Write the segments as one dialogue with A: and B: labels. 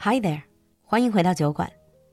A: Hi there，欢迎回到酒馆，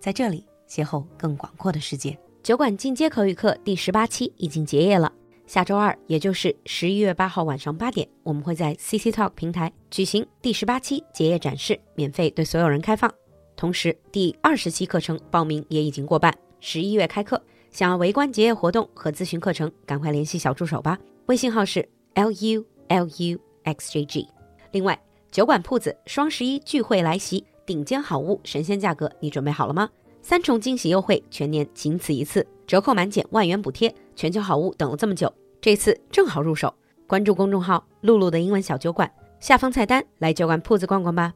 A: 在这里邂逅更广阔的世界。
B: 酒馆进阶口语课第十八期已经结业了，下周二，也就是十一月八号晚上八点，我们会在 CC Talk 平台举行第十八期结业展示，免费对所有人开放。同时，第二十期课程报名也已经过半，十一月开课。想要围观结业活动和咨询课程，赶快联系小助手吧，微信号是 l u l u x j g。另外，酒馆铺子双十一聚会来袭，顶尖好物，神仙价格，你准备好了吗？三重惊喜优惠，全年仅此一次，折扣满减万元补贴，全球好物等了这么久，这次正好入手。关注公众号“露露的英文小酒馆”，下方菜单来酒馆铺子逛逛吧。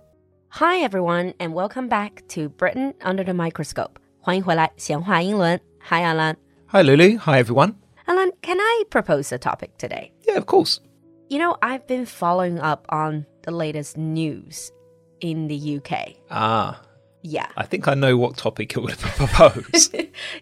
B: Hi everyone and welcome back to Britain under the microscope，欢迎回来，闲话英伦。Hi Alan。
C: Hi, Lulu. Hi, everyone.
B: Alan, can I propose a topic today?
C: Yeah, of course.
B: You know, I've been following up on the latest news in the UK.
C: Ah,
B: Yeah.
C: I think I know what topic it would propose.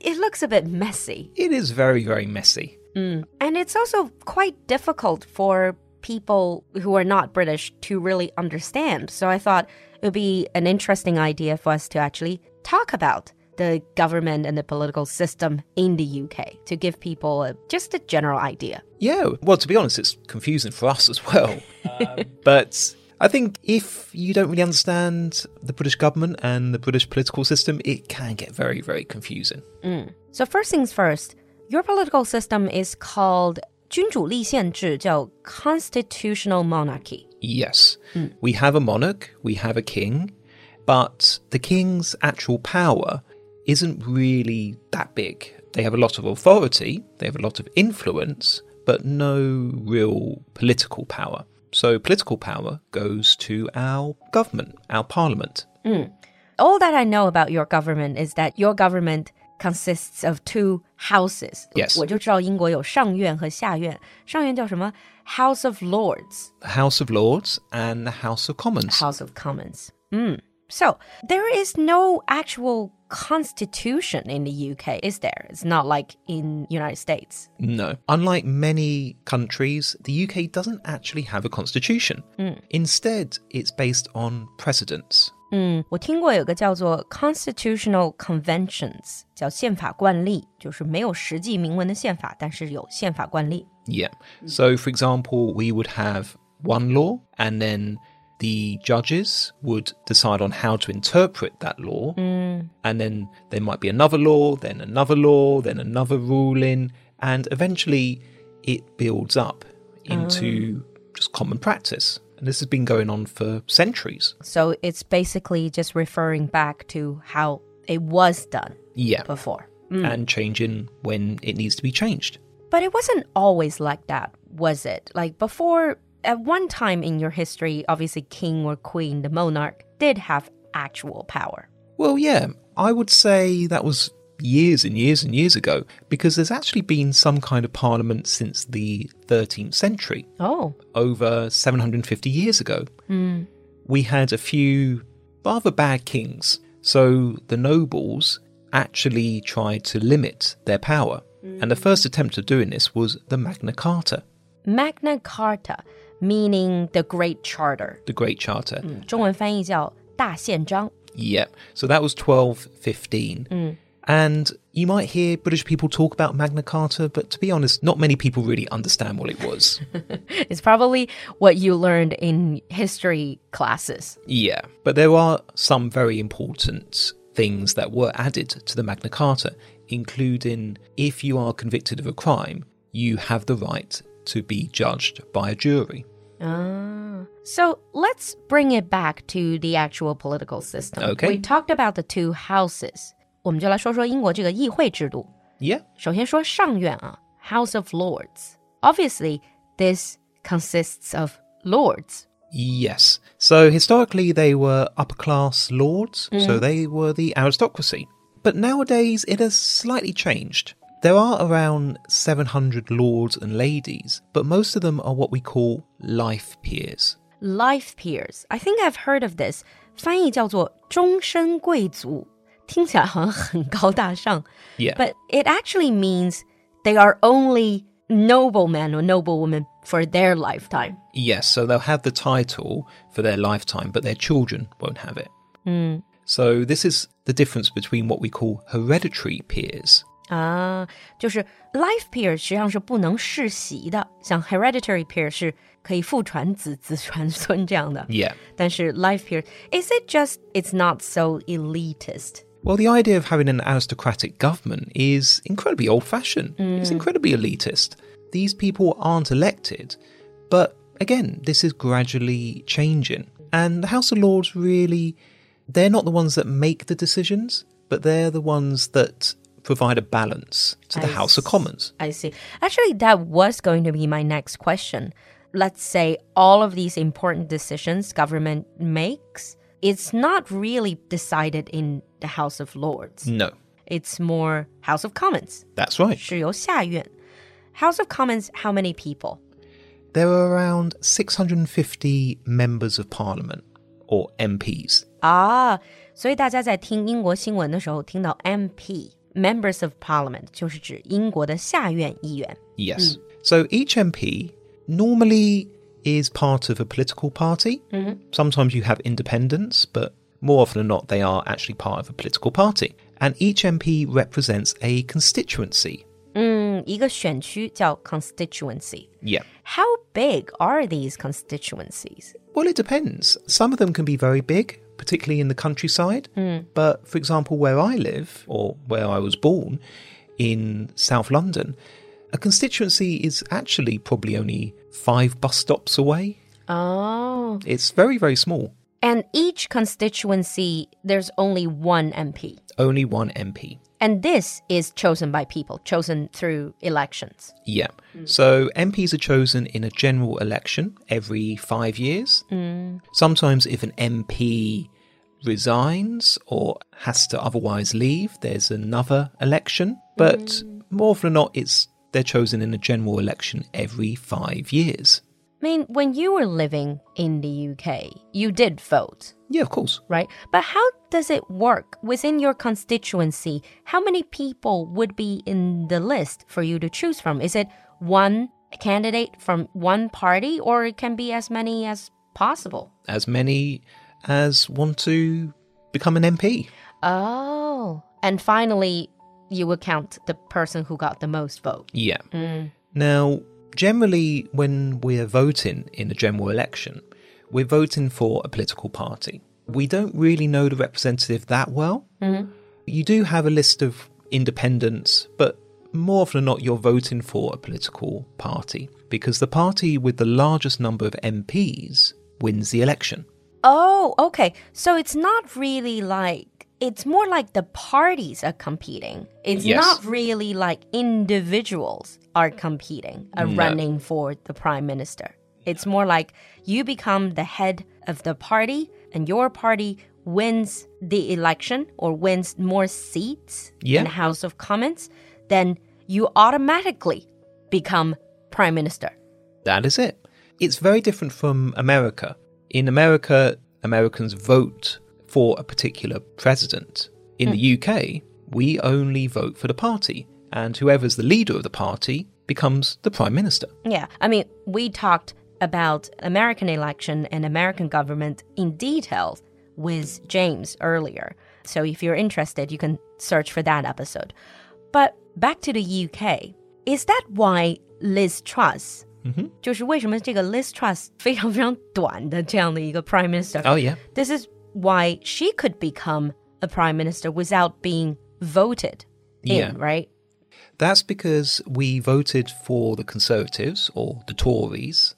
B: It looks a bit messy.
C: it is very, very messy.
B: And it's also quite difficult for people who are not British to really understand. So I thought it would be an interesting idea for us to actually talk about the government and the political system in the UK to give people a, just a general idea.
C: Yeah, well, to be honest, it's confusing for us as well. but I think if you don't really understand the British government and the British political system, it can get very, very confusing.
B: So first things first, your political system is called 君主立宪制，叫 constitutional monarchy.
C: Yes, we have a monarch, we have a king, but the king's actual power isn't really that big. They have a lot of authority, they have a lot of influence, but no real political power. So, political power goes to our government, our parliament.
B: All that I know about your government is that your government consists of two houses.
C: Yes.
B: 我就知道英国有上院和下院，上院叫什么 House of Lords,
C: The House of Lords and the House of Commons.
B: House of Commons. 嗯 So there is no actual constitution in the UK, is there? It's not like in United States.
C: No. Unlike many countries, the UK doesn't actually have a constitution. Instead, it's based on precedents.
B: 嗯，我听过有个叫做 constitutional conventions，叫宪法惯例，就是没有实际明文的宪法，但是有宪法惯例。
C: Yeah. So, for example, we would have one law, and then the judges would decide on how to interpret that law. And then there might be another law, then another law, then another ruling. And eventually it builds up into just common practice. And this has been going on for centuries.
B: So it's basically just referring back to how it was done
C: Yeah.
B: before.
C: And changing when it needs to be changed.
B: But it wasn't always like that, was it? Like before, at one time in your history, obviously king or queen, the monarch, did have actual power.
C: Well, yeah, I would say that was years and years and years ago because there's actually been some kind of parliament since the 13th century,
B: Oh,
C: over 750 years ago. We had a few rather bad kings, so the nobles actually tried to limit their power. And the first attempt at doing this was the Magna Carta,
B: Magna Carta, meaning the Great Charter.
C: the Great Charter.
B: 中文翻译叫大宪章。
C: Yeah. So that was 1215. And you might hear British people talk about Magna Carta, but to be honest, not many people really understand what it was.
B: It's probably what you learned in history classes.
C: yeah. But there are some very important things that were added to the Magna Carta, including if you are convicted of a crime, you have the right to be judged by a jury.
B: So let's bring it back to the actual political system.
C: Okay.
B: We talked about the two houses. 我们就来说说英国这个议会制度。首先说上院啊，House
C: Yeah.
B: of Lords. Obviously, this consists of lords.
C: Yes. So historically, they were upper class lords, so they were the aristocracy. But nowadays, it has slightly changed. There are around 700 lords and ladies, but most of them are what we call life peers.
B: Life peers. I think I've heard of this. 翻译叫做终身贵族，听起来好像很高大上。
C: Yeah.
B: But it actually means they are only noblemen or noblewomen for their lifetime.
C: yes, so they'll have the title for their lifetime, but their children won't have it.
B: 嗯
C: So, this is the difference between what we call hereditary peers.
B: 啊，Ah, 就是 life peer 实际上是不能世袭的，像 hereditary peer 是可以父传子、子传孙这样的。
C: Yeah.
B: 但是 life peer，is it just it's not so elitist？
C: Well, the idea of having an aristocratic government is incredibly old fashioned, it's incredibly elitist. These people aren't elected. But again, this is gradually changing. And the House of Lords really, they're not the ones that make the decisions, but they're the ones that provide a balance to the
B: I
C: House of Commons.
B: I see. Actually, that was going to be my next question. Let's say all of these important decisions government makes, it's not really decided in the House of Lords.
C: No,
B: It's more House of Commons.
C: that's Mm. right.
B: 是由下院. House of Commons, how many people?
C: There are around 650 members of parliament or MPs.
B: Ah, 啊，所以大家在听英国新闻的时候听到 MP members of parliament 就是指英国的下院议员。
C: Yes. So each MP normally is part of a political party. Sometimes you have independents, but more often than not, they are actually part of a political party. And each MP represents a constituency.
B: 嗯，一个选区叫 constituency。
C: Yeah.
B: How big are these constituencies?
C: Well, it depends. Some of them can be very big, particularly in the countryside. But for example, where I live or where I was born in South London, a constituency is actually probably only five bus stops away.
B: Oh.
C: It's very, very small.
B: And each constituency, there's only one MP.
C: Only one MP.
B: And this is chosen by people, chosen through elections.
C: Yeah. So MPs are chosen in a general election every five years. Sometimes, if an MP resigns or has to otherwise leave, there's another election. But more often than not, it's they're chosen in a general election every five years.
B: I mean, when you were living in the UK, you did vote,
C: Yeah, of course.
B: right? But how does it work within your constituency? How many people would be in the list for you to choose from? Is it one candidate from one party, or it can be as many as possible?
C: As many as want to become an MP.
B: Oh. And finally, you will count the person who got the most vote.
C: Yeah. Now, generally, when we're voting in a general election, we're voting for a political party. We don't really know the representative that well. You do have a list of independents, but more often than not, you're voting for a political party because the party with the largest number of MPs wins the election.
B: Oh, okay. So it's not really like, it's more like the parties are competing. It's
C: Yes.
B: not really like individuals are competing, are running for the prime minister. It's more like you become the head of the party and your party wins the election or wins more seats
C: Yeah.
B: in House of Commons, then you automatically become prime minister.
C: That is it. It's very different from America. In America, Americans vote for a particular president. In the UK, we only vote for the party, and whoever's the leader of the party becomes the prime minister.
B: Yeah, I mean, we talked about American election and American government in detail with James earlier. So if you're interested, you can search for that episode. But back to the UK, is that why Liz Truss?
C: Mm-hmm.
B: 就是为什么这个 Liz Truss 非常非常短的这样的一个 Prime Minister，、
C: Oh, yeah.
B: this is why she could become a Prime Minister without being voted in,
C: Yeah.
B: right?
C: That's because we voted for the Conservatives or the Tories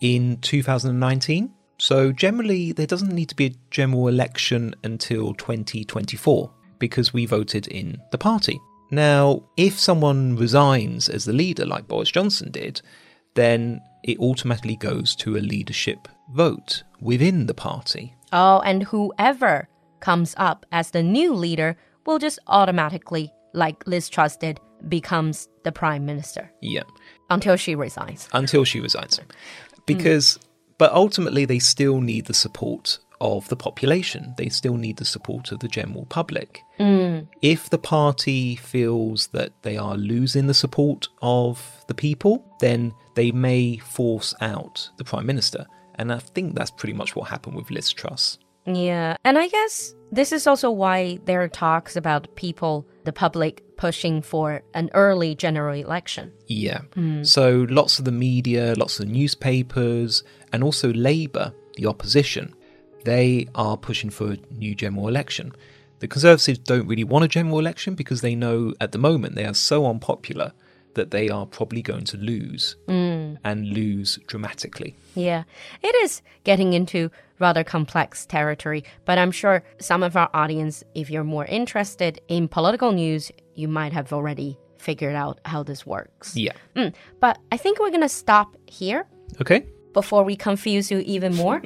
C: in 2019. So, generally, there doesn't need to be a general election until 2024 because we voted in the party. Now, if someone resigns as the leader, like Boris Johnson did, then it automatically goes to a leadership vote within the party.
B: Oh, and whoever comes up as the new leader will just automatically, like Liz Truss did, becomes the prime minister
C: Yeah.
B: until she resigns.
C: until she resigns. Because, but ultimately, they still need the support of the population. They still need the support of the general public. If the party feels that they are losing the support of the people, then they may force out the prime minister. And I think that's pretty much what happened with Liz Truss.
B: Yeah. And I guess this is also why there are talks about people, the public, pushing for an early general election.
C: Yeah. So lots of the media, lots of the newspapers, and also Labour, the opposition, they are pushing for a new general election. The Conservatives don't really want a general election because they know at the moment they are so unpopular that they are probably going to lose and lose dramatically.
B: Yeah. It is getting into rather complex territory, but I'm sure some of our audience, if you're more interested in political news, you might have already figured out how this works.
C: Yeah.
B: Mm, but I think we're going to stop here
C: Hmm. Okay.
B: before we confuse you even more.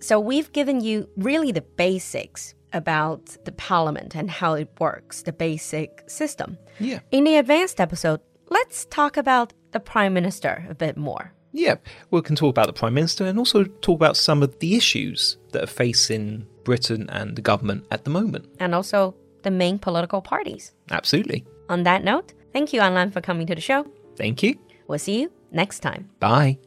B: so, we've given you really the basics about the parliament and how it works, the basic system.
C: Yeah.
B: In the advanced episode, let's talk about the prime minister a bit more.
C: Yeah, we can talk about the Prime Minister and also talk about some of the issues that are facing Britain and the government at the moment.
B: and also the main political parties.
C: Absolutely.
B: On that note, thank you, Anlan, for coming to the show.
C: Thank you.
B: We'll see you next time.
C: Bye.